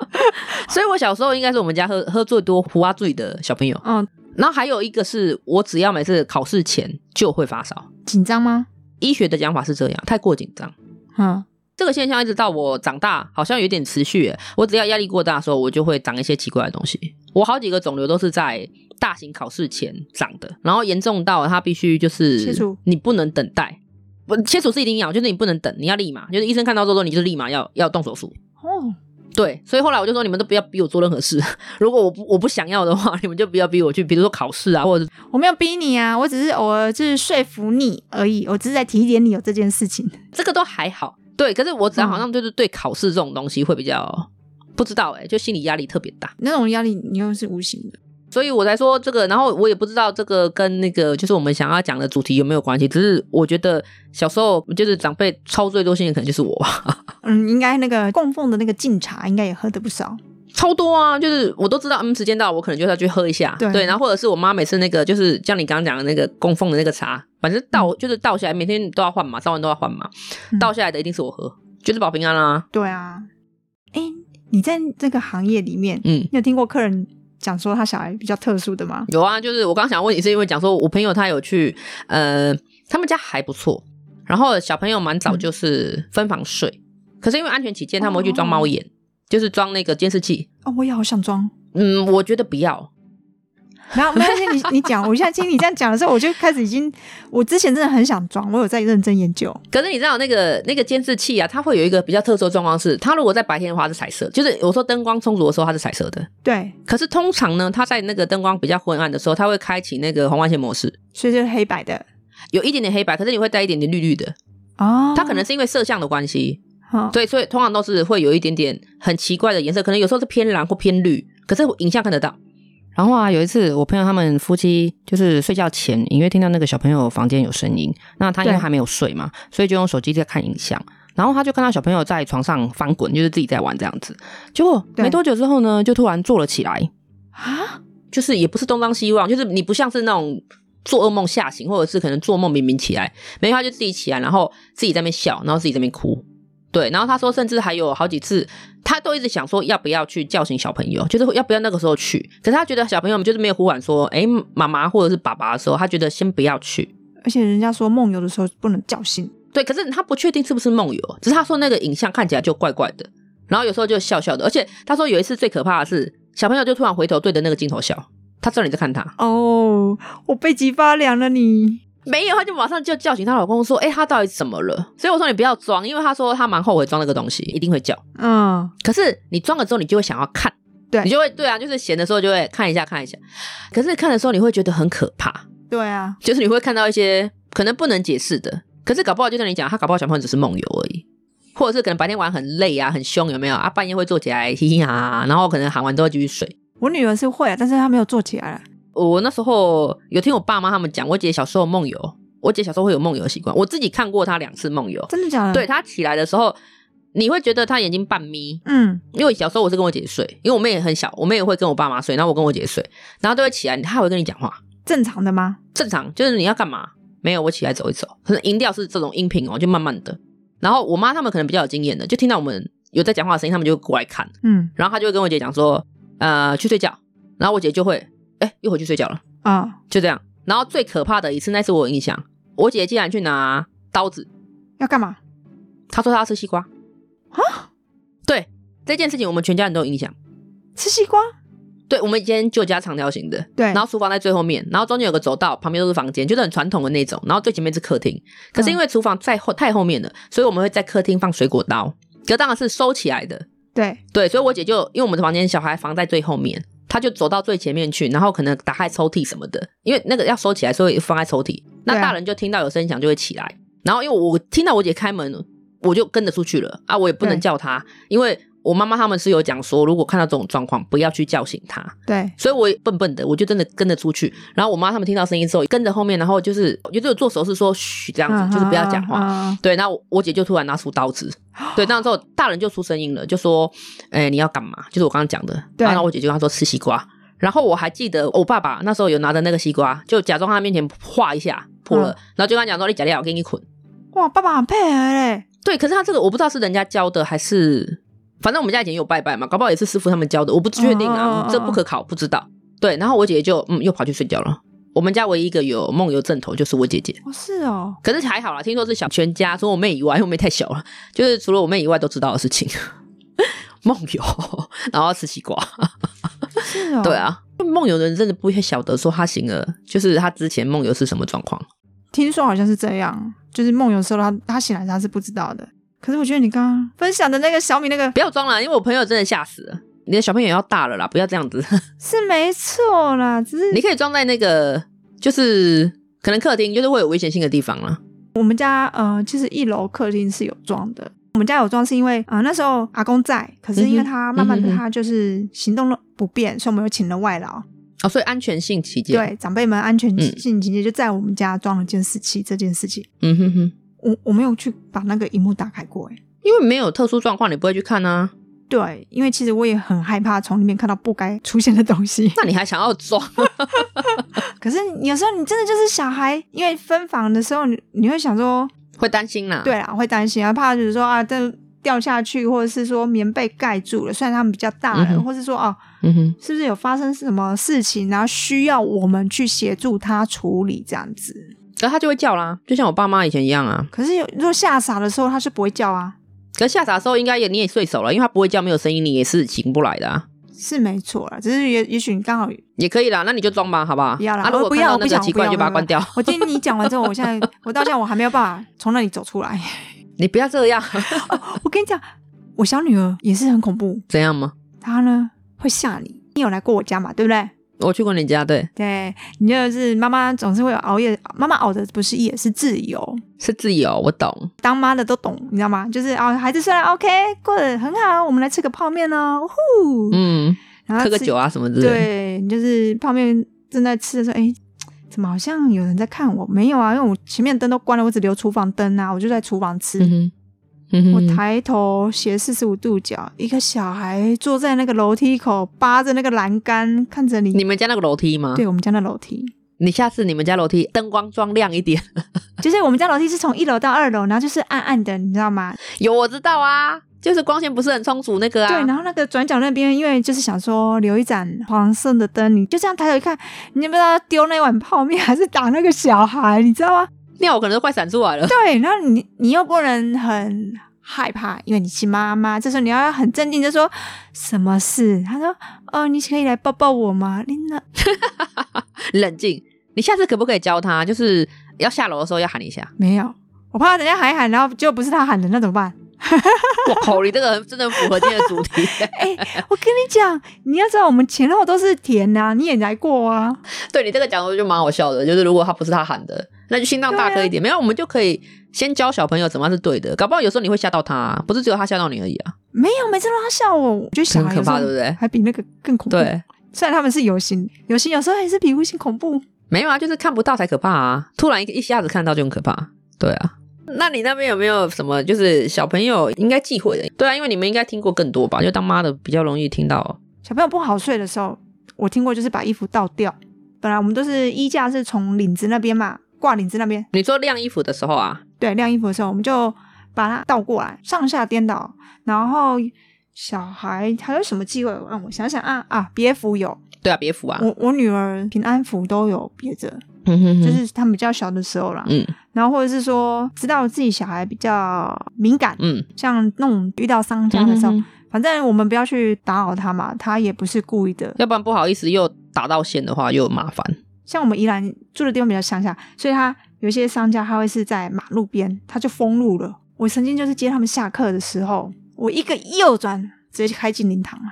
S1: 所以我小时候应该是我们家喝喝最多胡阿醉的小朋友。
S2: 嗯，
S1: 然后还有一个是我只要每次考试前就会发烧。
S2: 紧张吗？
S1: 医学的讲法是这样，太过紧张，
S2: 嗯，
S1: 这个现象一直到我长大，好像有点持续耶。我只要压力过大的时候，我就会长一些奇怪的东西。我好几个肿瘤都是在大型考试前长的，然后严重到它必须就是
S2: 切除
S1: 你不能等待。不，切除是一定要，就是你不能等，你要立马，就是医生看到之后，你就立马要要动手术。
S2: 哦，
S1: 对，所以后来我就说，你们都不要逼我做任何事。 如果我不我不想要的话， 你们就不要逼我去，比如说考试啊，或者
S2: 我没有逼你啊，我只是偶尔就是说服你而已，我只是在提点你有这件事情。
S1: 这个都还好。对，可是我只要好像就是对考试这种东西会比较不知道哎、就心理压力特别大。
S2: 那种压力你又是无形的，
S1: 所以我才说这个，然后我也不知道这个跟那个就是我们想要讲的主题有没有关系，只是我觉得小时候就是长辈操最多心的可能就是我吧，
S2: 嗯，应该那个供奉的那个敬茶应该也喝的不少。
S1: 超多啊，就是我都知道，嗯，时间到了，我可能就是要去喝一下，
S2: 对
S1: 然后或者是我妈每次那个就是像你刚刚讲的那个供奉的那个茶，反正倒、就是倒下来，每天都要换嘛，早晚都要换嘛，
S2: 嗯
S1: 倒下来的一定是我喝，就是保平安啦、
S2: 对啊，哎、你在这个行业里面，
S1: 嗯。
S2: 你有听过客人讲说他小孩比较特殊的吗？
S1: 有啊，就是我刚想问你，是因为讲说我朋友他有去，呃，他们家还不错，然后小朋友蛮早就是分房睡，
S2: 嗯
S1: 可是因为安全起见，他们会去装猫眼，就是装那个监视器。
S2: 哦，我也好想装。
S1: 嗯，我觉得不要，
S2: 然后没关系，你你讲，我现在听你这样讲的时候，我就开始已经，我之前真的很想装，我有在认真研究。
S1: 可是你知道那个那个监视器啊，它会有一个比较特殊的状况是，它如果在白天的话是彩色，就是我说灯光充足的时候它是彩色的，
S2: 对，
S1: 可是通常呢，它在那个灯光比较昏暗的时候，它会开启那个红外线模式，
S2: 所以就是黑白的
S1: 有一点点黑白，可是你会带一点点绿绿的，
S2: 哦，
S1: 它可能是因为摄像的关系，
S2: 好
S1: 对，所以通常都是会有一点点很奇怪的颜色，可能有时候是偏蓝或偏绿，可是影像看得到。然后啊，有一次我朋友他们夫妻就是睡觉前隐约听到那个小朋友房间有声音，那他因为
S2: 对
S1: 还没有睡嘛，所以就用手机在看影像。然后他就看到小朋友在床上翻滚，就是自己在玩这样子。结果
S2: 对
S1: 没多久之后呢，就突然坐了起来，
S2: 啊，
S1: 就是也不是东张西望，就是你不像是那种做噩梦吓醒，或者是可能做梦明明起来，没有他就自己起来，然后自己在那边笑，然后自己在那边哭。对，然后他说，甚至还有好几次，他都一直想说要不要去叫醒小朋友，就是要不要那个时候去。可是他觉得小朋友们就是没有呼喊说，哎，妈妈或者是爸爸的时候，他觉得先不要去。
S2: 而且人家说梦游的时候不能叫醒，
S1: 对，可是他不确定是不是梦游，只是他说那个影像看起来就怪怪的，然后有时候就笑笑的。而且他说有一次最可怕的是，小朋友就突然回头对着那个镜头笑，他知道你在看他。
S2: 哦，我背脊发凉了你。
S1: 没有，她就马上就叫醒她老公说：“哎、她到底怎么了？”所以我说你不要装，因为她说她蛮后悔装那个东西，一定会叫。
S2: 嗯，
S1: 可是你装了之后，你就会想要看，
S2: 对
S1: 你就会对啊，就是闲的时候就会看一下看一下。可是看的时候你会觉得很可怕，
S2: 对啊，
S1: 就是你会看到一些可能不能解释的。可是搞不好就像你讲，他搞不好小朋友只是梦游而已，或者是可能白天玩很累啊，很凶，有没有啊？半夜会坐起来嘻嘻哈哈，然后可能喊完之后继续睡。
S2: 我女儿是会啊，但是她没有做起来了。
S1: 我那时候有听我爸妈他们讲，我姐小时候梦游，我姐小时候会有梦游习惯，我自己看过她两次梦游。
S2: 真的假的？
S1: 对，她起来的时候，你会觉得她眼睛半眯，
S2: 嗯，
S1: 因为小时候我是跟我姐睡，因为我妹也很小，我妹也会跟我爸妈睡，然后我跟我姐睡，然后都会起来，她还会跟你讲话，
S2: 正常的吗？
S1: 正常就是你要干嘛？没有，我起来走一走，可能音调是这种音频哦，就慢慢的。然后我妈他们可能比较有经验的，就听到我们有在讲话的声音，他们就会过来看，
S2: 嗯
S1: 然后她就会跟我姐讲说，呃，去睡觉，然后我姐就会，哎，又回去睡觉了。
S2: 啊，
S1: 就这样。然后最可怕的一次，那次我有印象，我姐竟然去拿刀子，
S2: 要干嘛？
S1: 她说她要吃西瓜啊。对这件事情，我们全家人都有印象。
S2: 吃西瓜？
S1: 对我们以前旧家长条形的，
S2: 对，
S1: 然后厨房在最后面，然后中间有个走道，旁边都是房间，就是很传统的那种。然后最前面是客厅，可是因为厨房在后太后面了，所以我们会在客厅放水果刀，可当然是收起来的。
S2: 对，
S1: 对，所以我姐就因为我们的房间小孩房在最后面，她就走到最前面去，然后可能打开抽屉什么的，因为那个要收起来，所以放在抽屉。那
S2: 对啊
S1: 大人就听到有声响就会起来，然后因为我听到我姐开门，我就跟着出去了啊，我也不能
S2: 对
S1: 叫她，因为我妈妈他们是有讲说，如果看到这种状况，不要去叫醒她。
S2: 对，
S1: 所以我也笨笨的，我就真的跟着出去。然后我妈他们听到声音之后，跟着后面，然后就是我就是有做手势说嘘这
S2: 这
S1: 样子，就是不
S2: 嗯
S1: 要讲话。
S2: 话。
S1: 对，那我我姐就突然拿出刀 子，对，那时候大人就出声音了，就说：“哎、你要干嘛？”就是我刚刚讲的。
S2: 对
S1: 然后我姐就跟他说吃西瓜。然后我还记得我爸爸那时候有拿着那个西瓜，就假装他面前划一下破了，
S2: 嗯
S1: 然后就跟他讲说：“你假料，我给你捆。
S2: 哇，爸爸很配合嘞。”
S1: 对，可是他这个我不知道是人家教的还是，反正我们家以前也有拜拜嘛，搞不好也是师傅他们教的，我不确定啊，
S2: 嗯嗯嗯嗯
S1: 这不可考，不知道。对，然后我姐姐就嗯又跑去睡觉了。我们家唯一一个有梦游症头就是我姐姐，
S2: 哦，是哦，
S1: 可是还好啦，听说是小全家，除了我妹以外，因为我妹太小了， 就是除了我妹以外都知道的事情。 梦游， 然后吃西瓜，
S2: 是哦，
S1: 对，啊，梦游的人真的不会晓得说他醒了，就是他之前梦游是什么状况。
S2: 听说好像是这样，就是梦游的时候他他醒来他是不知道的。可是我觉得你刚刚分享的那个小米那个
S1: 不要装了，因为我朋友真的吓死了。你的小朋友要大了啦，不要这样子。
S2: 是没错啦，只是
S1: 你可以装在那个，就是可能客厅，就是会有危险性的地方啦。
S2: 我们家呃，其实一楼客厅是有装的。我们家有装是因为啊、呃那时候阿公在，可是因为
S1: 嗯哼
S2: 他慢慢
S1: 嗯
S2: 的
S1: 哼
S2: 他就是行动了不便，所以我们又请了外劳，
S1: 哦，所以安全性起见，，
S2: 对长辈们安全
S1: 嗯
S2: 性情节就在我们家装了监视器这件事情。
S1: 嗯哼哼，
S2: 我我没有去把那个荧幕打开过，哎，
S1: 因为没有特殊状况，你不会去看啊。
S2: 对，因为其实我也很害怕从里面看到不该出现的东西。
S1: 那你还想要装？
S2: 可是有时候你真的就是小孩，因为分房的时候你你会想说，
S1: 会担心啦。
S2: 对啦，会担心啊，怕就是说啊，这掉下去，或者是说棉被盖住了，虽然他们比较大了，
S1: 嗯哼
S2: 或是说哦，
S1: 嗯哼，
S2: 是不是有发生什么事情，然后需要我们去协助他处理这样子？
S1: 可是他就会叫啦，就像我爸妈以前一样啊。
S2: 可是有如果吓傻的时候，他是不会叫啊，
S1: 可是吓傻的时候，应该也你也睡熟了，因为他不会叫，没有声音，你也是醒不来的啊。
S2: 是没错啦，只是也也许你刚好
S1: 也可以啦，那你就装吧，好不好？
S2: 不嗯要啦，
S1: 啊，如
S2: 我
S1: 果
S2: 不
S1: 看
S2: 要，
S1: 到
S2: 我不
S1: 那个
S2: 想，
S1: 奇怪，
S2: 我不要
S1: 就把它关掉。
S2: 我不要我听你讲完之后，我现在我到现在我还没有办法从那里走出来。
S1: 你不要这样，
S2: 我跟你讲，我小女儿也是很恐怖，
S1: 怎样吗？
S2: 她呢会吓你。你有来过我家嘛？对不对？
S1: 我去过你家，对，
S2: 对你就是妈妈总是会有熬夜，妈妈熬的不是夜是自由。
S1: 是自由，我懂。
S2: 当妈的都懂，你知道吗？就是啊、孩子虽然 OK 过得很好，我们来吃个泡面哦，呼，
S1: 嗯，
S2: 然后
S1: 喝个
S2: 吃
S1: 酒啊什么之类的。
S2: 对，就是泡面正在吃的时候，哎，怎么好像有人在看我？没有啊，因为我前面灯都关了，我只留厨房灯啊，我就在厨房吃。
S1: 嗯哼，嗯
S2: 我
S1: 哼，
S2: 抬头斜四十五度角，一个小孩坐在那个楼梯口，扒着那个栏杆看着你。
S1: 你们家那个楼梯吗？
S2: 对我们家的楼梯，
S1: 你下次你们家楼梯灯光装亮一点。
S2: 就是我们家楼梯是从一楼到二楼，然后就是暗暗的，你知道吗？
S1: 有我知道啊，就是光线不是很充足那个啊。
S2: 对，然后那个转角那边，因为就是想说留一盏黄色的灯，你就这样抬头一看，你也不知道丢那碗泡面还是打那个小孩，你知道吗？
S1: 尿我可能都快闪出来了。
S2: 对，然后你你又不能很害怕，因为你是妈妈，这时候你要很镇定，就说什么事？他说：“哦，你可以来抱抱我吗？”琳娜，？
S1: 冷静，你下次可不可以教他，就是要下楼的时候要喊一下
S2: 没有，我怕人家喊一喊，然后就不是他喊的，那怎么办？
S1: 我靠，你这个真的符合今天的主题。
S2: 哎、我跟你讲，你要知道我们前后都是田呐、你也来过啊。
S1: 对你这个讲的就蛮好笑的，就是如果他不是他喊的，那就心脏大颗一点。没有，我们就可以先教小朋友怎么样是对的，搞不好有时候你会吓到他、不是只有他吓到你而已啊，
S2: 没有，每次都要笑我，我觉得小
S1: 很
S2: 孩
S1: 可
S2: 有时候
S1: 怕，对不对？
S2: 还比那个更恐怖。
S1: 对，
S2: 虽然他们是有形，有形有时候还是比无形恐怖。
S1: 没有啊，就是看不到才可怕啊！突然一一下子看到就很可怕，对啊。那你那边有没有什么就是小朋友应该忌讳的？对啊，因为你们应该听过更多吧？就当妈的比较容易听到。
S2: 小朋友不好睡的时候，我听过就是把衣服倒掉。本来我们都是衣架是从领子那边嘛，挂领子那边，
S1: 你说晾衣服的时候啊，
S2: 对，晾衣服的时候我们就把它倒过来，上下颠倒。然后小孩还有什么忌讳？让我想想啊啊，别服有，
S1: 对啊，别服啊，
S2: 我我女儿平安符都有别着，
S1: 嗯哼
S2: 就
S1: 哼，
S2: 是他们比较小的时候啦。
S1: 嗯
S2: 然后或者是说知道自己小孩比较敏感，
S1: 嗯，
S2: 像那种遇到商家的时候，
S1: 嗯哼哼
S2: 反正我们不要去打扰他嘛，他也不是故意的。
S1: 要不然不好意思又打到线的话又麻烦。
S2: 像我们宜兰住的地方比较乡下，所以他有一些商家他会是在马路边，他就封路了。我曾经就是接他们下课的时候，我一个右转直接就开进灵堂了。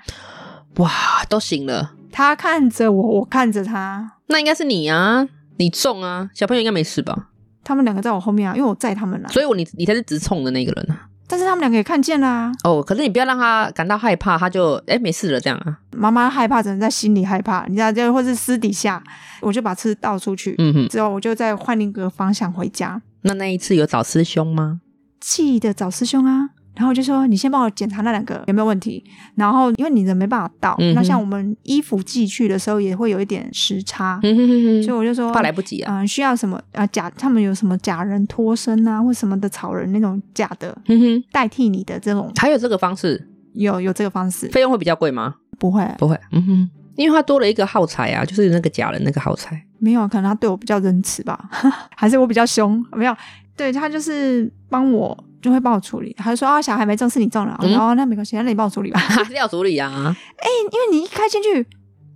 S1: 哇，都醒了，
S2: 他看着我，我看着他，
S1: 那应该是你啊，你中啊，小朋友应该没事吧？
S2: 他们两个在我后面啊，因为我载他们啦。
S1: 所以我你你才是直冲的那个人啊。
S2: 但是他们两个也看见啊啦、
S1: 哦，可是你不要让他感到害怕，他就哎、没事了这样啊。
S2: 妈妈害怕，只能在心里害怕，你知道，就或是私底下，我就把吃倒出去，
S1: 嗯哼，
S2: 之后我就再换另一个方向回家。
S1: 那那一次有找师兄吗？
S2: 气得找师兄啊，然后我就说你先帮我检查那两个有没有问题。然后因为你人没办法到，
S1: 嗯哼
S2: 那像我们衣服寄去的时候也会有一点时差，
S1: 嗯哼哼
S2: 所以
S1: 哼，
S2: 我就说
S1: 怕来不及啊。
S2: 嗯、需要什么啊、假他们有什么假人脱身啊，或什么的草人那种假的
S1: 嗯哼，
S2: 代替你的这种，
S1: 还有这个方式，
S2: 有有这个方式
S1: 费用会比较贵吗？
S2: 不会。
S1: 不会。嗯哼，因为他多了一个耗材啊，就是那个假人那个耗材。
S2: 没有，可能他对我比较仁慈吧， 还是我比较凶？没有，对他就是帮我，就会帮我处理。他就说啊，小孩没中是你中了，
S1: 嗯
S2: 然后、那没关系，那你帮我处理吧。
S1: 还是要处理啊，
S2: 因为你一开进去，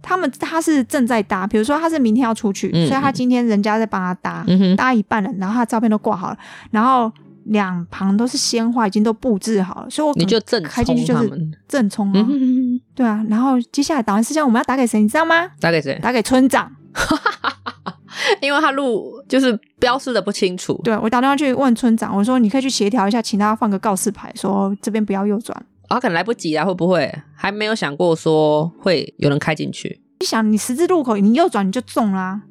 S2: 他们他是正在搭，比如说他是明天要出去，
S1: 嗯
S2: 所以
S1: 嗯
S2: 他今天人家在帮他搭，
S1: 嗯哼，
S2: 搭一半了，然后他的照片都挂好了，然后两旁都是鲜花，已经都布置好了，所以我可
S1: 你
S2: 能
S1: 就正
S2: 开进去
S1: 冲
S2: 就
S1: 他
S2: 是
S1: 们。
S2: 正冲啊，
S1: 嗯哼哼哼，
S2: 对啊。然后接下来导完事项我们要打给谁，你知道吗？
S1: 打给谁？
S2: 打给村长。
S1: 因为他路就是标示的不清楚，
S2: 对我打电话去问村长，我说你可以去协调一下，请他放个告示牌，说这边不要右转。
S1: 他可能来不及啊，会不会还没有想过说会有人开进去？
S2: 你想，你十字路口你右转你就中啦、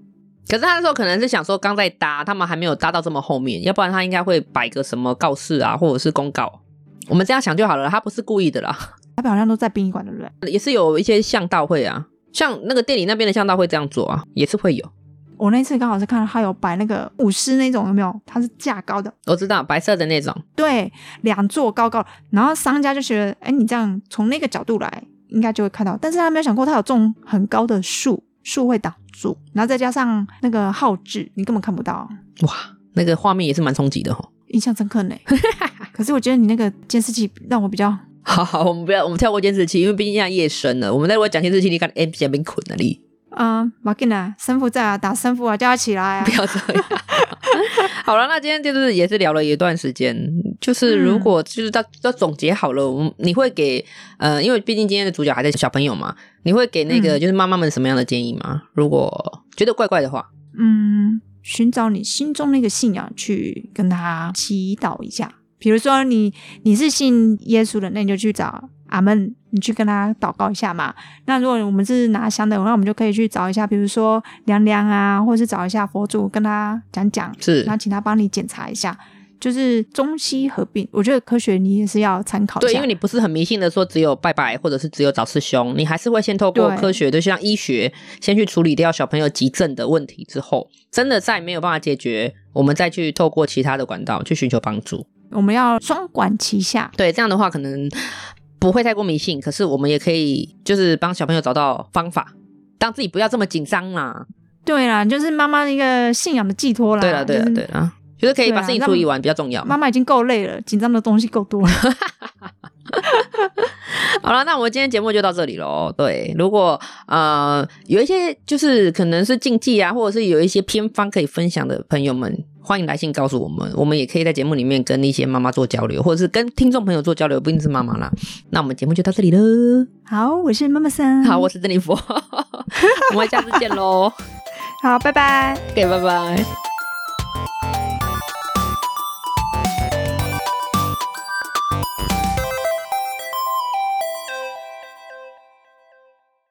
S1: 可是他那时候可能是想说刚在搭，他们还没有搭到这么后面，要不然他应该会摆个什么告示啊，或者是公告。我们这样想就好了，他不是故意的啦，
S2: 他们好像都在殡仪馆，对不对？
S1: 也是有一些巷道会啊，像那个店里那边的巷道会这样做啊，也是会有。
S2: 我那次刚好是看到他有摆那个舞狮那种，有没有？它是架高的，
S1: 我知道白色的那种，
S2: 对，两座高高，然后商家就觉得，哎，你这样从那个角度来，应该就会看到，但是他没有想过他有种很高的树，树会挡住，然后再加上那个号志，你根本看不到，
S1: 哇，那个画面也是蛮冲击的哈。
S2: 印象深刻呢。可是我觉得你那个监视器让我比较，
S1: 好好，我们不要，我们跳过监视器，因为毕竟现在夜深了。我们在如果讲监视器，你看哎 M 前面捆了你，
S2: 嗯，马进来，生父在啊，打生父啊，叫他起来啊
S1: 不。要这样。好了，那今天就是也是聊了一段时间，就是如
S2: 嗯
S1: 果就是到到总结好了，我们你会给呃，因为毕竟今天的主角还在小朋友嘛，你会给那个
S2: 嗯
S1: 就是妈妈们什么样的建议吗？如果觉得怪怪的话，
S2: 嗯，寻找你心中那个信仰，去跟他祈祷一下。比如说你你是信耶稣的，那你就去找阿门，你去跟他祷告一下嘛。那如果我们是拿香的，那我们就可以去找一下，比如说凉凉啊，或是找一下佛祖跟他讲讲，
S1: 是
S2: 然后请他帮你检查一下，就是中西合并。我觉得科学你也是要参考一下，
S1: 对，因为你不是很迷信的说只有拜拜，或者是只有找师兄，你还是会先透过
S2: 对
S1: 科学，就像医学，先去处理掉小朋友急症的问题之后，真的再没有办法解决，我们再去透过其他的管道去寻求帮助。
S2: 我们要双管齐下。
S1: 对，这样的话可能不会太过迷信，可是我们也可以就是帮小朋友找到方法，让自己不要这么紧张啦。
S2: 对啦，就是妈妈一个信仰的寄托啦。
S1: 对了，对了，
S2: 啊就是
S1: 对了。就是可以
S2: 对
S1: 把
S2: 啊
S1: 事情
S2: 那
S1: 处理
S2: 么
S1: 完比较重要。
S2: 妈妈已经够累了，紧张的东西够多了。
S1: 好了，那我们今天节目就到这里喽。对，如果呃有一些就是可能是禁忌啊，或者是有一些偏方可以分享的朋友们，欢迎来信告诉我们，我们也可以在节目里面跟一些妈妈做交流，或者是跟听众朋友做交流，不一定是妈妈啦。那我们节目就到这里了。
S2: 好，我是妈妈桑。
S1: 好，我 是珍妮佛，我们下次见喽。
S2: 好，拜拜。
S1: OK，拜拜。